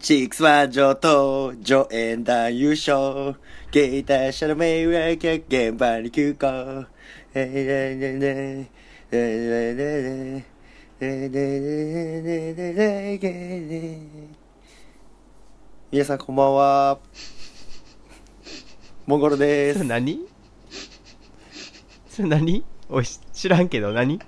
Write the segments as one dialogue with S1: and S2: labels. S1: チークスは上等、上演団優勝。ゲイターシャドメイウェイケ現場に急行。えーねーねーねーえーねーねーねーねーねーねーねーねーねーゲーねー皆さんこんばんは。モンゴルで
S2: そ
S1: す。
S2: れ何それ何おいし知らんけど何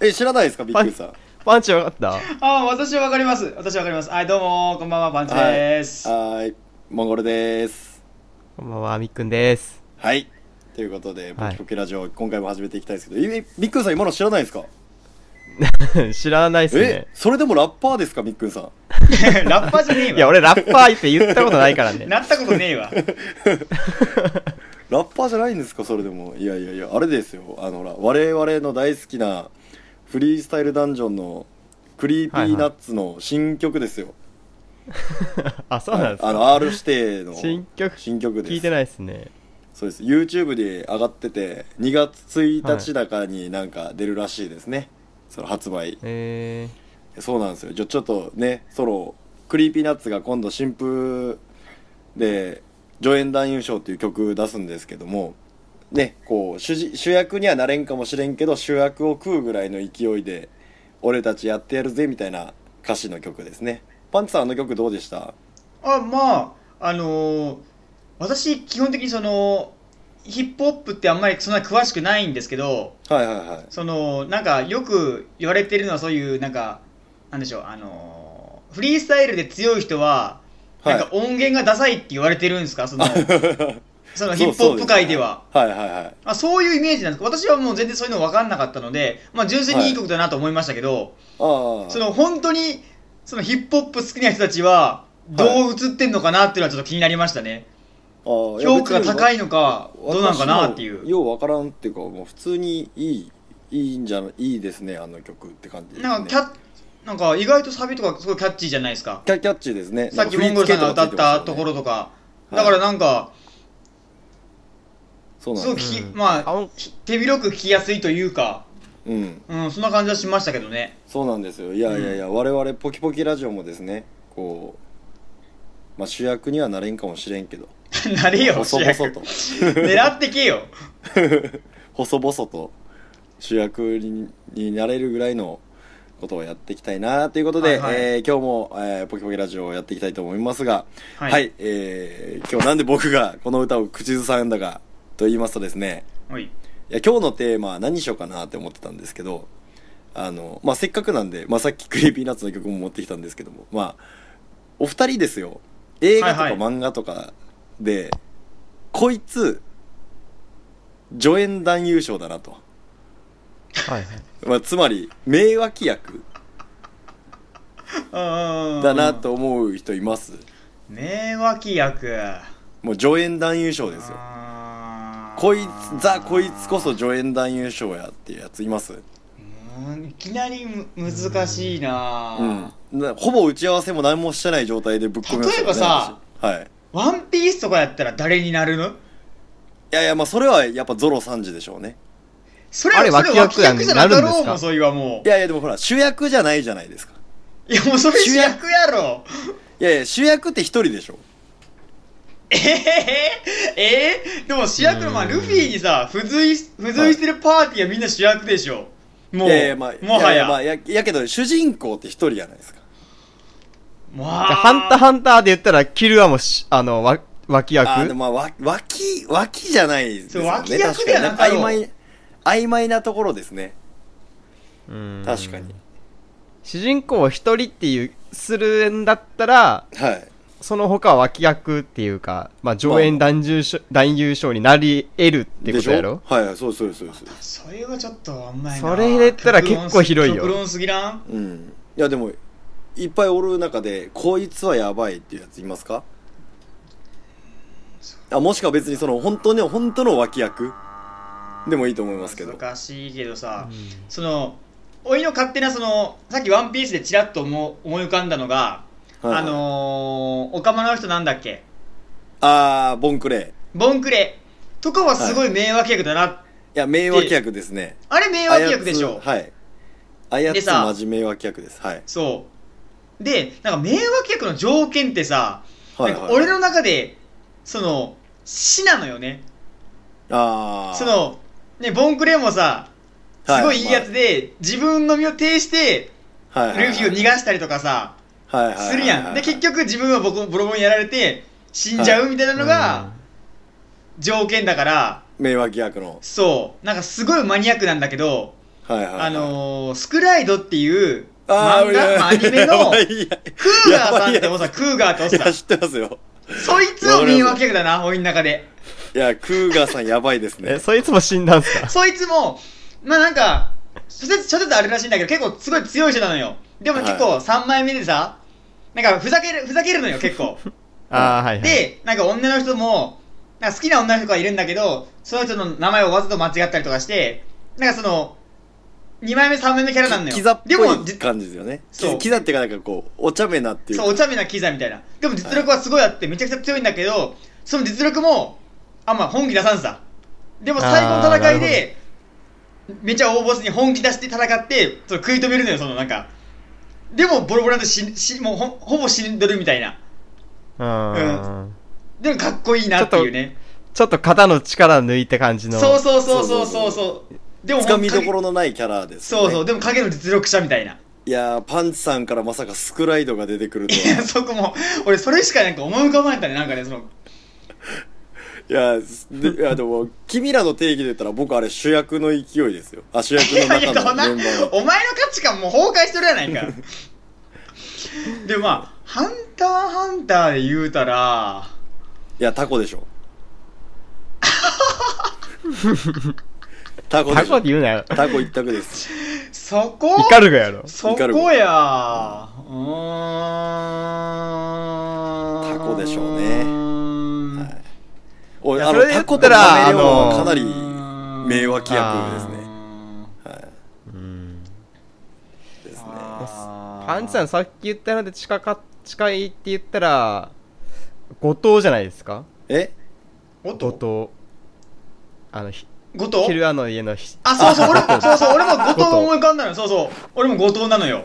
S1: え、知らないですかびっくりさん。
S2: パンチ分かった
S3: ああ、私はわかります。私はわかります。はい、どうも、こんばんは、パンチ
S1: はい
S3: です。
S1: はーい。モンゴルです。
S2: こんばんはみっくんです
S1: はい。ということで、ポキポキラジオ、今回も始めていきたいですけど、え、みっくんさん今の知らないですか
S2: 知らないっすね
S1: え、それでもラッパーですかみっくんさん。
S3: ラッパーじゃねえわ。
S2: いや俺ラッパーって言ったことないからね
S3: なったことね えわ。
S1: ラッパーじゃないんですかそれでもいやいやいやあれですよあのほら我々の大好きなフリースタイルダンジョンのクリーピーナッツの新曲ですよ、
S2: あそうなんです
S1: あ
S2: か
S1: の R 指定の
S2: 新曲
S1: 新曲です
S2: 聞いてないっすね
S1: そうです YouTube で上がってて2月1日だかになんか出るらしいですね、その発売
S2: え
S1: そうなんですよじゃちょっとねソロクリーピーナッツが今度新風で上演男優賞っていう曲出すんですけどもねこう主人主役にはなれんかもしれんけど主役を食うぐらいの勢いで俺たちやってやるぜみたいな歌詞の曲ですねパンチさんあの曲どうでした
S3: あ、まあ、あのー私、基本的にその、ヒップホップってあんまりそんな詳しくないんですけど、
S1: はいはいはい
S3: その、なんか、よく言われてるのはそういう、なんか、なんでしょう、あのーフリースタイルで強い人は、
S1: はい
S3: なんか音源がダサいって言われてるんですか その、そのヒッ
S1: そう
S3: プホ
S1: そう
S3: ッ
S1: す
S3: プ界では。
S1: はいはいはい
S3: あそういうイメージなんですか私はもう全然そういうの分かんなかったので、まあ、純粋にいい曲だなと思いましたけど、
S1: ああ
S3: その本当にそのヒップホップ好きな人たちはどう映ってんのかなっていうのはちょっと気になりましたね、
S1: の
S3: 評価が高いのかどうなのかなってい
S1: 私
S3: う
S1: もようわからんっていうかもう普通にいいいいんじゃないいいですねあの曲って感じです、ね、
S3: なんかキャッなんか意外とサビとかすごいキャッチーじゃないですか
S1: キャキャッチーですね。
S3: さっきモンゴルさんが歌ったとこ
S1: ろ。
S3: ろとか、
S1: はい
S3: だからなんか
S1: そうなん
S3: すご
S1: で
S3: く
S1: す。
S3: 聞き、
S2: うん
S3: ま
S2: あ
S3: あ手広く聞きやすいというか、
S1: うん。
S3: うん、そんな感じはしましたけどね
S1: そうなんですよ。いやいやいや、我々ポキポキラジオもですね、こう、まあ主役にはなれんかもしれんけど、
S3: なれよ
S1: 細
S3: 主役
S1: 々と、
S3: 狙ってけよ
S1: 細々と主役にになれるぐらいのことをやっていきたいなということで、
S3: はいはい
S1: えー今日も、えーポキポキラジオをやっていきたいと思いますが、は、
S3: はいい
S1: えー今日なんで僕がこの歌を口ずさんだかと言いますとですね、
S3: おい
S1: いや今日のテーマは何しようかなって思ってたんですけどあの、まあ、せっかくなんで、まあ、さっきクリーピーナッツの曲も持ってきたんですけどもまあお二人ですよ映画とか
S3: はいは
S1: 漫画とかで、こいつ助演男優賞だなと、
S2: ー、はいはい
S1: まあ、つまり名脇役だ
S3: だ
S1: なと思う人います、
S3: 名脇役
S1: もう助演男優賞ですよ
S3: あー
S1: こいつザこいつこそ助演男優賞やっていうやついます
S3: うんいきなりむ難しいな、
S1: うんなほぼ打ち合わせも何もしてない状態でぶっ込みましたよね
S3: 例えばさ
S1: 私はい
S3: ワンピースとかやったら誰になるの
S1: いやいや、まあ、それはやっぱゾロ3時でしょうね。
S3: それ
S2: あれ
S3: はそれ
S2: 脇役やん
S3: じゃなか
S2: なるんで
S3: ろう
S2: す
S3: も
S2: か
S3: それはも
S1: いやいや、でもほら、主役じゃないじゃないですか。
S3: ういやもうそれ
S1: 主
S3: 主
S1: 役
S3: 役やろ
S1: いやいや、主役って一人でしょ。
S3: ええええでも主役のまあ
S2: うん
S3: ルフィにさ付随し付随してるパーティーはみんな主役でしょもう
S1: いやいや、まあ、
S3: もはいや
S1: やまあ、ややけど、主人公って一人じゃないですか。
S3: まあ
S2: じゃあハンターハンターで言ったらキルアもしあのわ脇役
S1: あー、でもまあ、わ脇、脇じゃないですよね。
S3: そう脇役ではな
S1: 確か
S3: か
S1: に
S3: ろ
S1: ね
S3: う
S1: 曖昧、曖昧なところですね。
S2: うん
S1: 確かに。
S2: 主人公を一人っていうするんだったら
S1: はい。
S2: その他は脇役っていうか、まあ、上演男優賞、男優賞になり得るってことやろ
S1: はいはい、そうですそうですそうです。
S3: それはちょっとあんまりな
S2: それ入れたら結構広いよ
S3: 極論すぎらん
S1: うん。いや、でも、いっぱいおる中で、こいつはやばいっていうやついますかあ、もしくは別にその、本当の、本当の脇役でもいいと思いますけど。
S3: 難しいけどさ、そのおいの勝手なそのさっき「ワンピースでちらっと思う思い浮かんだのが、
S1: はいはい
S3: あのー、お釜の人なんだっけ
S1: あー、ボンクレー。い
S3: ボンクレとかはすごい名脇役だな、
S1: や、名脇役ですね。
S3: あれ名脇役でしょ
S1: あやつはい。あや
S3: で
S1: つ
S3: さ
S1: マジ名脇役です。はい。
S3: そうで、なんか迷惑客の条件ってさ、
S1: はい
S3: なん
S1: は
S3: か
S1: い
S3: 俺の中で、その、死なのよね。
S1: ああ
S3: その、ね、ボンクレーもさ、す
S1: はい
S3: ごいいいやつで、自分の身を挺して、
S1: はいはいはい
S3: ルフィを逃がしたりとかさ、
S1: はいはいはいはい
S3: するやん。で、結局自分はボコボロボロにやられて、死んじゃうみたいなのが条件だから、
S1: 迷惑役の
S3: そう、なんかすごいマニアックなんだけど、
S1: はいはいはい
S3: あのー、スクライドっていう
S1: あー
S3: 漫画、まあアニメ
S1: や
S3: の
S1: ば、 いや
S3: クーガーさんっ
S1: やばい
S3: てもうさ、クーガーと
S1: いや
S3: さ、
S1: 知ってますよ
S3: そいつを見分けるだな、俺の中で。
S1: いやクーガーさんやばいです
S2: え、
S1: ね
S2: そいつも死んだんすか
S3: そいつも、まあなんか、諸説、諸説あるらしいんだけど、結構すごい強い人なのよ。でも結構3枚目でさ、なんかふざける、ふざけるのよ、結構。
S2: ああ、はいはい。、
S3: で、なんか女の人も、なんか好きな女の人がいるんだけど、その人の名前をわざと間違ったりとかして、なんかその、2枚目、3枚目キャラなんのよ。
S1: キザっ
S3: で
S1: ぽ
S3: も
S1: い
S3: じ
S1: 感じですよね
S3: そう
S1: キザっていうかなんかこうお茶目なっていう
S3: そう、お茶目なキザみたいな。でも実力はすごいあって、めちゃくちゃ強いんだけど、その実力も、あんま本気出さんさ。でも最後の戦い
S2: あーな
S3: で、めっちゃ大ボスに本気出して戦って、その食い止めるのよ、そのなんか。でもボロボロになって死、死、もうほほぼ死んでるみたいな。
S2: うん。
S3: でもかっこいいなっていうね。
S2: ちょっと肩の力抜いて感じの。
S3: そうそうそうそ
S1: そ
S3: うそう
S1: そう
S3: うそう。でも
S1: つかみどこ
S3: ほん
S1: ろのないキャラです、ね、
S3: そうそう、でも影の実力者みたいな。
S1: いやーパンチさんからまさかスクライドが出てくると
S3: いや、
S1: は
S3: そこも、俺それしかなんか思い浮かばんたね、なんかね、その、
S1: いやーでいやでも君らの定義で言ったら僕あれ主役の勢いですよあ主役
S3: いやい
S1: の
S3: や、そ
S1: 中
S3: んな、
S1: の
S3: お
S1: メンバー
S3: 前の
S1: の
S3: 価値観もう崩壊してるやないか。で、まあ、ハンターハンターで言うたら、
S1: いやタコでし ょタコで
S2: タ
S1: しょ
S2: コで言うなよ。
S1: タコ一択です
S3: そこ
S2: イカルガやろ。
S3: そ
S1: イカルゴ
S3: こや。うー
S1: タ
S3: ん。
S1: コでしょうねはいお
S2: い
S1: い
S2: や
S1: あ
S2: そ
S1: の
S2: れで言
S1: タ
S2: った
S1: コとマ
S2: ら
S1: メレオンはかなり
S3: うん
S1: 名脇役ですね
S2: うん。
S1: ですね
S2: パ
S3: パ
S2: ンチさん、さっき言ったので近か、近いって言ったら、後藤じゃないですか
S1: え
S3: おっ
S2: 後
S3: と
S2: 藤。あの、ひ
S3: 後藤
S2: 昼あの家のひ、
S3: あ、そうそう、俺も、そうそう、俺も後藤思い浮かんだのよ。そうそう。俺も後藤なのよ。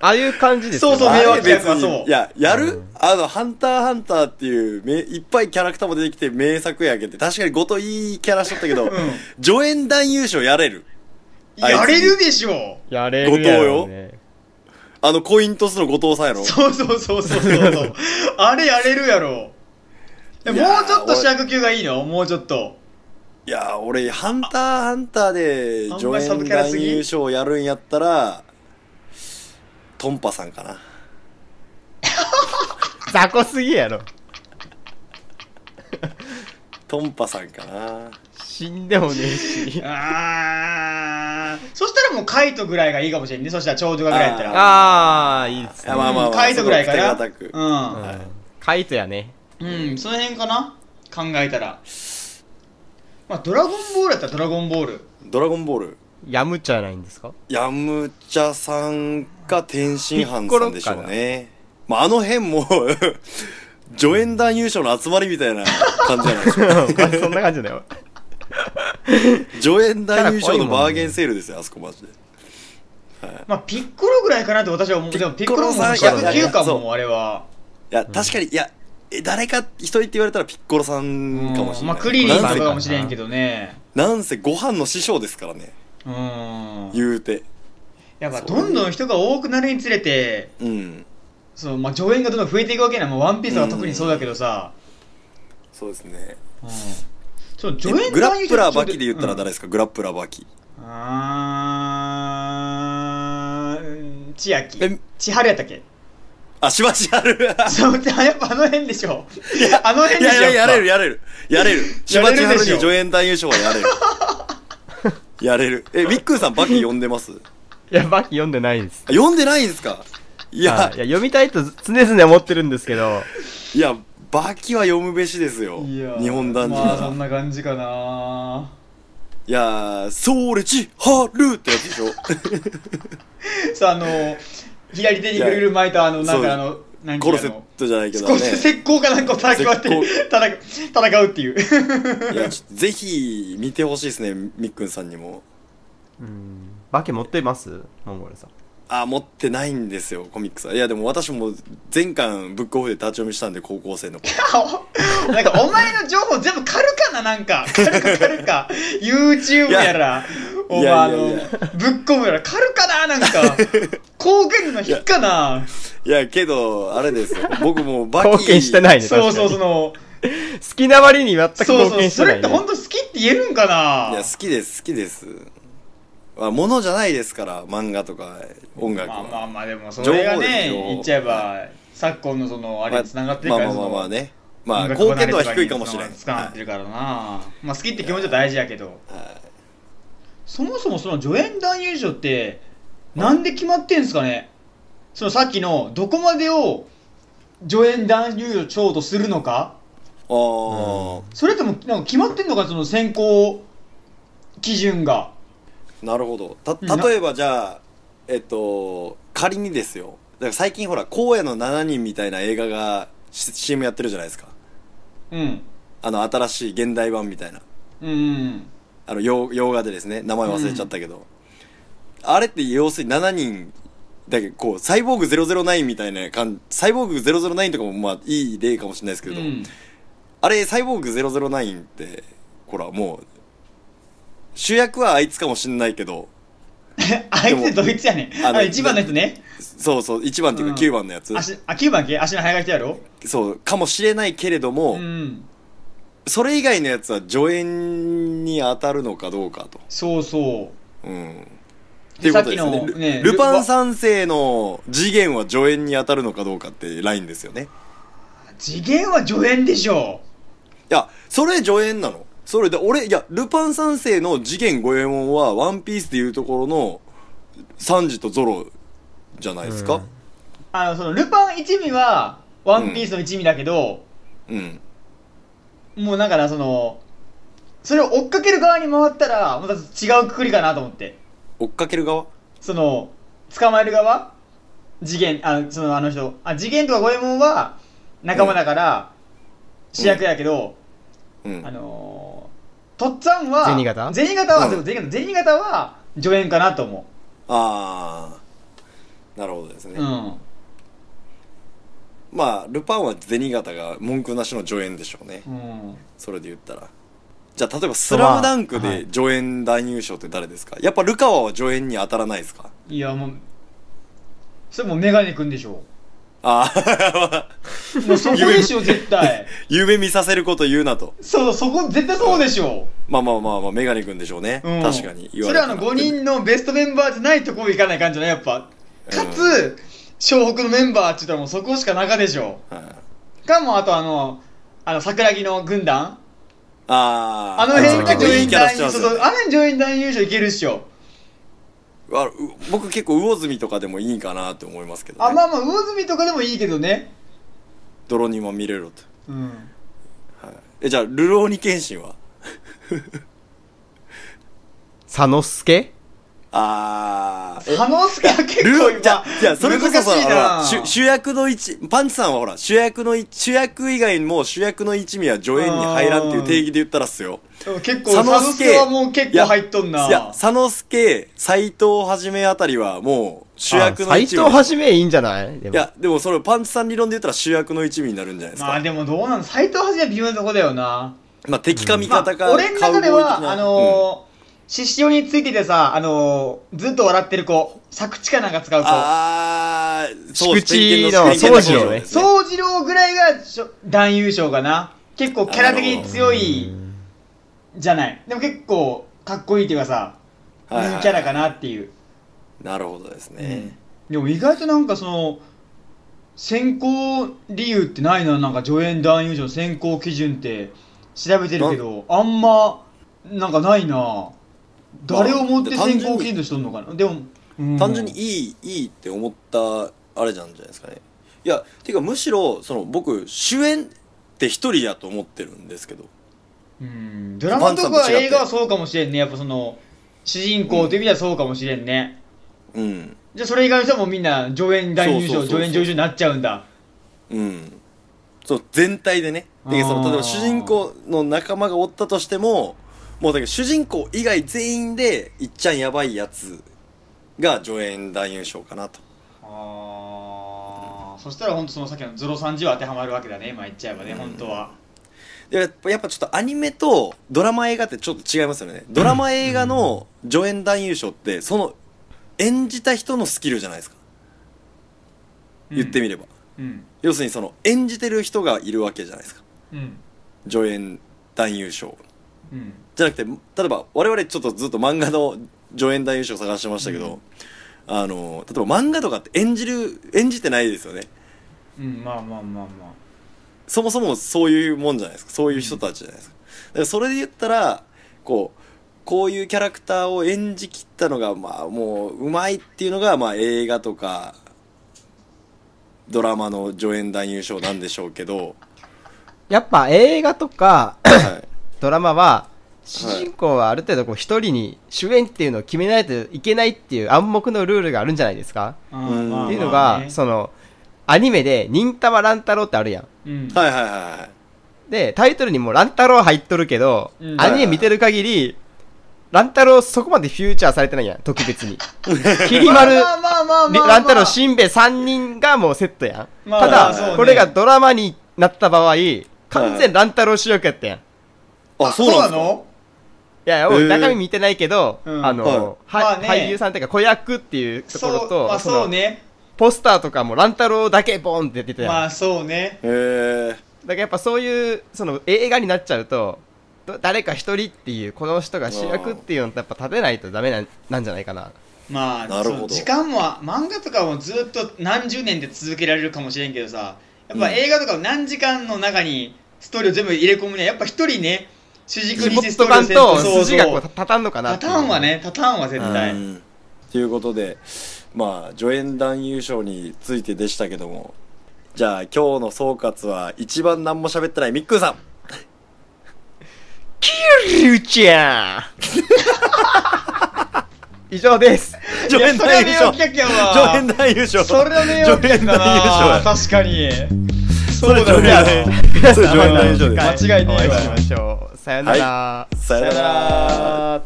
S2: ああいう感じですよね
S3: そう
S1: あ
S3: 迷
S1: れ
S3: 惑役は
S1: 別に
S3: そう
S1: いや、やる、
S2: うん
S1: あの、ハンターハンターっていうめ、いっぱいキャラクターも出てきて名作やけって、確かにごといいキャラしとったけ ど、
S3: うん
S1: 助演男優賞やれる。 あいつ
S3: やれるでしょ
S2: やれるやろ、ね。
S1: あの、コイントスの後藤さんやろ。
S3: そうそうそうそうそうそう。 あれやれるやろ。え
S1: い
S3: もう
S1: やー
S3: ちょっと主役級がいいのもうちょっと。
S1: いやー、俺、ハンターハンターで
S3: ああん
S1: 助
S3: まりサブ
S1: 演
S3: キャラす
S1: 男
S3: ぎ
S1: 優賞やるんやったら、トンパさんかな。
S2: 雑魚すぎやろ。
S1: トンパさんかな。
S2: 死んでもねえし。
S3: あー。そしたらもうカイトぐらいがいいかもしれんね。そしたらちょうどがぐらいやったら。
S2: ああ、いいです
S1: いや
S2: ね。
S1: まあまあまあ、
S3: カイトぐらいか
S1: その
S3: な
S1: 二人。
S2: う
S3: うん
S2: カイトやね。
S3: ん。うん。その辺かな考えたら。まあ、ドラゴンボールやったらドラゴンボール。
S1: ドラゴンボール。
S2: やむちゃないんですか
S1: ヤムチャさんか天津飯さんでしょうね。まあ、あの辺も、 助演男優賞の集まりみたいな感じじゃないです
S2: うん
S1: か。
S2: まあそんな感じだよ。
S1: 助演男優賞のバーゲンセールですよ、あそこマジで。
S3: まあ、ピッコロぐらいかなって私は思う。でもピッコロも主
S1: ピッコロさ
S3: 役
S1: んいやい
S3: 級
S1: や
S3: か
S1: そ
S3: も、
S1: う
S3: あれは。
S1: いや、確かに、いや、え誰か一人って言われたらピッコロさんかもしれない。
S3: まあ、クリリ
S2: さ
S3: ン
S2: ん
S3: とか
S1: な
S3: か
S1: ん
S3: も
S1: せ
S3: しれんけどね。
S1: なんせご飯の師匠ですからね、
S3: うん。
S1: 言うて。
S3: やっぱどんどん人が多くなるにつれて、
S1: うん。そ
S3: そのまあ、上演がどんどん増えていくわけなもうワンピースは特にそうだけどさ、
S1: うですね。
S3: うんそう上
S1: え
S3: 演
S1: グラップラーバキで言ったら
S3: うん
S1: 誰ですか、グラップラーバキ。
S3: あーうん千秋
S1: え
S3: 千春やったっけ
S1: あ、しばしやる
S3: そう やっぱあの辺でしょあの辺
S1: い
S3: で
S1: や
S3: しょ
S1: いや、やれる、
S3: やっ
S1: やれる。や れる。千葉
S3: やれ
S1: 千
S3: る
S1: 春
S3: で
S1: に
S3: しょ
S1: 助演男優賞はやれる。 やれる。え、ビックーさん、バキ読んで ます
S2: いや、バキ読んでないです
S1: あ。読んでないんですかい
S2: は
S1: や
S2: いい、や読みたいと常々思ってるんですけど、
S1: いや、バキは読むべしですよ。
S3: ぱいや
S1: 日本男児
S3: まあ
S1: な
S3: そ
S1: ら
S3: ん。な感じかない
S1: やー、それちはるってやつでしょ。
S3: さああの左手にぐるぐる巻いたあのなん
S1: そう
S3: かあの何て
S1: コ
S3: いう
S1: ルセ
S3: の
S1: ットじゃないけど
S3: 少し石
S1: ね。
S3: 膏かなんかを叩き割って
S1: 石
S3: 戦う戦うっていう
S1: いや、ちょっとぜひ見てほしいですね、みっくんさんにも。
S2: うん、バキ持ってますモンゴルさん。
S1: あ持ってないんですよコミックスはいやでも私も前巻ブックオフで立ち読みしたんで高校生の頃
S3: なんかお前の情報全部軽かな、なんか。軽か軽か。YouTube やら、お前あ
S1: いや
S3: の
S1: いやいや、
S3: ぶっこむやら、軽かな、なんか。貢献の引っかな。
S1: いやけどあれです よ僕もバキ
S2: 貢献してないね。
S3: そうそう、そ
S2: 確か
S3: の、
S2: に好きな割に全く
S3: そう
S2: 貢
S3: そう、
S2: 献し
S3: そ
S2: てな
S3: れっ
S2: い
S3: て
S2: ね。
S3: 本当好きって言えるんかない
S1: や好きです好きですあものじゃないですから漫画とか音楽
S3: まあ
S1: は、
S3: まあまあ、でもそれが
S1: 情報です
S3: ね、
S1: よ
S3: 言っちゃえば、昨今のその、あれに繋がってる
S1: まあ
S3: から、
S1: まあまあまあねまあ
S3: その
S1: 貢献度は低いかもしれない、
S3: 繋がって
S1: はい
S3: るからな。まあ好きって気持ちは大事やけど。
S1: は
S3: そもそもその助演男優賞って、なんで決まってんすかね、そのさっきの、どこまでを助演男優賞とするのか、
S1: い、あ
S3: それともなんか決まってんのか、その選考基準が。
S1: あなるほど
S3: な
S1: た例えばじゃあえっと仮にですよだから最近ほら「荒野の7人」みたいな映画がし CM やってるじゃないですか
S3: うん。
S1: あの新しい現代版みたいな
S3: うんうん。
S1: あの洋洋画でですね名前忘れちゃったけど、あれって要するに7人だけどこうサイボーグ009みたいな感サイボーグ009とかもまあいい例かもしれないですけ
S3: う
S1: れど、
S3: ん。
S1: あれサイボーグ009ってほらもう主役はあいつかもしれないけど
S3: あいつドイツやねん。
S1: あの
S3: あ、一番の人ね。
S1: そうそう1番っていう
S3: うん
S1: か9番のやつ、
S3: 足、あ、9番け足の速い人やろ
S1: そうかもしれないけれども、
S3: うん。
S1: それ以外のやつは助演に当たるのかどうかと。
S3: そうそう。
S1: うん。って
S3: で
S1: いうことです
S3: さっ
S1: ね
S3: きのね
S1: ルルパン三世の次元は助演に当たるのかどうかってラインですよね。
S3: 次元は助演でしょ
S1: いや、それ助演なの。それで、俺、いや、ルパン三世の次元五右衛門は、ワンピースでいうところの、サンジとゾロじゃないですか。
S3: あの、その、ルパン一味は、ワンピースの一味だけど、
S1: うん。
S3: もうだからその、それを追っかける側に回ったら、また違うくくりかなと思って。
S1: 追っかける側
S3: その、捕まえる側次元、あ、そのあの人。あ、次元とか五右衛門は仲間だから、主役やけど、
S1: うん。
S3: あのー、とっつぁんは、
S2: 銭形
S3: 銭形は、
S1: うん
S3: そう銭形、銭形は助演かなと思
S1: あー。なるほどですね。
S3: う。うん。
S1: まあ、ルパンは銭形が文句なしの助演でしょうね。
S3: うん。
S1: それで言ったら。じゃあ、例えば、スラムダンクで助演男優賞って誰ですか、やっぱ、ルカワは助演に当たらないですか
S3: いや、もう、それもうメガネくんでしょ。
S1: ああ、
S3: もうそこでしょ、絶対。
S1: 夢見させること言うなと。
S3: そう、そこ、絶対そうでしょ。
S1: まあまあまあまあ、メガネ君でしょうね。
S3: うん
S1: 確かに。
S3: それはあの5人のベストメンバーじゃないとこ行かない感じだねやっぱかつ湘北のメンバーって言ったらもうそこしか中でしょ
S1: はい
S3: かもあとあのあの桜木の軍団
S1: あー
S3: あの辺が
S1: 結構
S3: 上
S1: いい
S3: 院
S1: キャラ
S3: 団
S1: して
S3: 優
S1: ます
S3: 勝
S1: よね
S3: あの辺上院団優勝いけるっしょ
S1: あう僕結構魚住とかでもいいかなって思いますけど、ね。
S3: あまあまあ魚住とかでもいいけどね
S1: 泥にも見れろと。
S3: うん
S1: え、じゃあ、ルローニケンシンは
S2: 佐野助
S1: あー。え
S3: 佐野助は結
S1: ル
S3: 構
S1: ロじゃ
S3: 今
S1: あじゃあそれこそさ
S3: 難しいな
S1: あの主主役の一パンチさんはほら主役の一主役以外にも主役の一味は助演に入らんっていう定義で言ったらっすよ
S3: でも結構佐野助はもう結構入っとんない
S1: や佐野助斎藤はじめあたりはもう主役の
S2: 斎
S1: 一
S2: 藤
S1: 味
S2: はじめいいんじゃないでも
S1: いやでもそれパンチさん理論で言ったら主役の一味になるんじゃないですか、
S3: ま
S1: ま
S3: あ
S1: あ、
S3: でもどうなの斎藤はじめは微妙なとこだよな
S1: 敵か味
S3: まあ
S1: 方か、
S3: 俺の中
S1: カ
S3: で
S1: ウボーイ的
S3: は
S1: な
S3: あのー獅子王についててさ、あのーずっと笑ってる子、作地かなんか使う子。
S1: あーそう
S2: 菊
S1: ペ
S2: 池
S1: ン
S2: の
S1: ギンペンギン
S2: 掃除をね
S1: です
S3: 宗次郎ぐらいがしょ男優賞かな。結構キャラ的に強
S2: う
S3: い
S2: ん
S3: じゃない。でも結構かっこいいっていうかさ、い
S1: はいはい
S3: いキャラかなっていう。
S1: なるほどです
S3: う
S1: ね
S3: ん、でも意外となんかその、選考理由ってないな、なんか助演男優賞の選考基準って調べてるけど、あんま、なんかないな。誰をもって
S1: まあ
S3: 選考基準としとんのかな。でも、うん
S1: 単純にいいいいって思ったあれじゃんじゃないですかねいやていうかむしろその僕主演って一人やと思ってるんですけど
S3: うんドラマとか映画はそうかもしれんね。やっぱその、主人公という意味ではそうかもしれんね。
S1: うん
S3: じゃあそれ以外の人はもうみんな上演男優
S1: そう
S3: 賞、
S1: そうそうそう
S3: 上演女優賞になっちゃうんだ。
S1: うんそう全体でねてかそ
S3: あー
S1: の例えば主人公の仲間がおったとしてももうだけど主人公以外全員でいっちゃんやばいやつが助演男優賞かなと
S3: ああそしたら本当そのさっきのゾロ三時は当てはまるわけだね今言っちゃえばね、本当は
S1: でやっぱやっぱちょっとアニメとドラマ映画ってちょっと違いますよねドラマ映画の助演男優賞ってその演じた人のスキルじゃないですか言ってみれば、
S3: うん
S1: 要するにその演じてる人がいるわけじゃないですか
S3: うん
S1: 助演男優賞
S3: うん
S1: じゃなくて例えば我々ちょっとずっと漫画の助演男優賞探してましたけど、あの例えば漫画とかって演じる演じてないですよね
S3: うんまあまあまあまあ
S1: そもそもそういうもんじゃないですかそういう人たちじゃないですか,、だからそれで言ったらこうこういうキャラクターを演じきったのがまあもううまいっていうのがまあ映画とかドラマの助演男優賞なんでしょうけ ど、
S2: やっぱ映画とか
S1: はい、
S2: ドラマは主人公はある程度こう一人に主演っていうのを決めないといけないっていう暗黙のルールがあるんじゃないですか
S3: あ
S1: うん
S3: ーまあまあね
S2: っていうのがそのアニメで「忍たま乱太郎」ってあるやん
S3: うん
S1: はいはいはいはい
S2: でタイトルにも乱太郎入っとるけど、
S3: うん
S2: アニメ見てる限り乱太郎そこまでフューチャーされてないやん特別 にきり丸
S3: まあまあまあまあまあ
S2: り乱太郎しんべヱ3人がもうセットやん、
S3: まあ
S2: ただ、
S1: まあそうね
S2: これがドラマになった場合完全乱太郎主役やったやん、
S1: あそうなんですか
S2: いや、もう
S1: へー
S2: 中身見てないけど、
S3: うん
S2: あの、は
S3: まあね
S2: 俳優さんっていうか子役っていうところ
S3: そう
S2: と、
S3: まあ
S2: その
S3: そうね
S2: ポスターとかも乱太郎だけボンって出てたやん、
S3: ま
S2: だか
S3: あそうね
S1: へえ
S2: らやっぱそういう、その映画になっちゃうと、ど誰か一人っていう、この人が主役っていうのってやっぱ立てないとダメなんなんじゃないかな。
S3: まあ
S1: なるほど
S3: そう時間も漫画とかもずっと何十年で続けられるかもしれんけどさやっぱ
S1: うん
S3: 映画とかを何時間の中にストーリーを全部入れ込むにはやっぱ一人ね主軸
S2: 絞
S3: にし
S2: ってと
S3: ストーリ
S2: か
S3: ー
S2: ん
S3: をせんと
S2: と
S3: そう
S2: 筋がこ
S3: そうう
S2: 立立たんのかな
S3: パ
S2: って
S3: タ
S2: いう
S3: ーンは。ねパターンは絶
S1: う
S3: 対
S1: んということでまあ助演男優賞についてでしたけどもじゃあ今日の総括は一番何も喋ってないみっくんさん
S2: キュウちゃん以上です。
S1: 助演
S3: それ
S1: 男
S3: は
S1: 優
S3: 名
S1: 賞
S3: 誉客や
S1: 助演
S3: わ
S1: 男優賞
S3: それは名誉客だな
S1: 助
S3: 確かに
S1: それ助演
S3: だ
S1: 男
S3: ね
S1: 優賞それ助演男優賞で
S3: 間
S1: す
S3: 違いね
S2: お会
S3: え
S2: い
S3: わ
S2: しましょう。さよなら。
S1: さよなら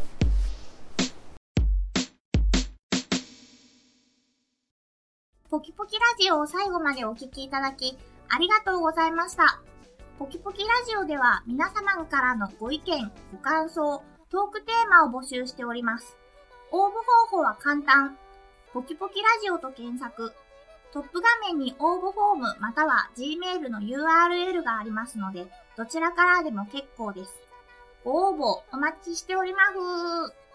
S4: ポキポキラジオを最後までお聞きいただき、ありがとうございました。ポキポキラジオでは皆様からのご意見、ご感想、トークテーマを募集しております。応募方法は簡単。ポキポキラジオと検索。トップ画面に応募フォームまたは Gmail の URL がありますので、どちらからでも結構です。ご応募お待ちしております。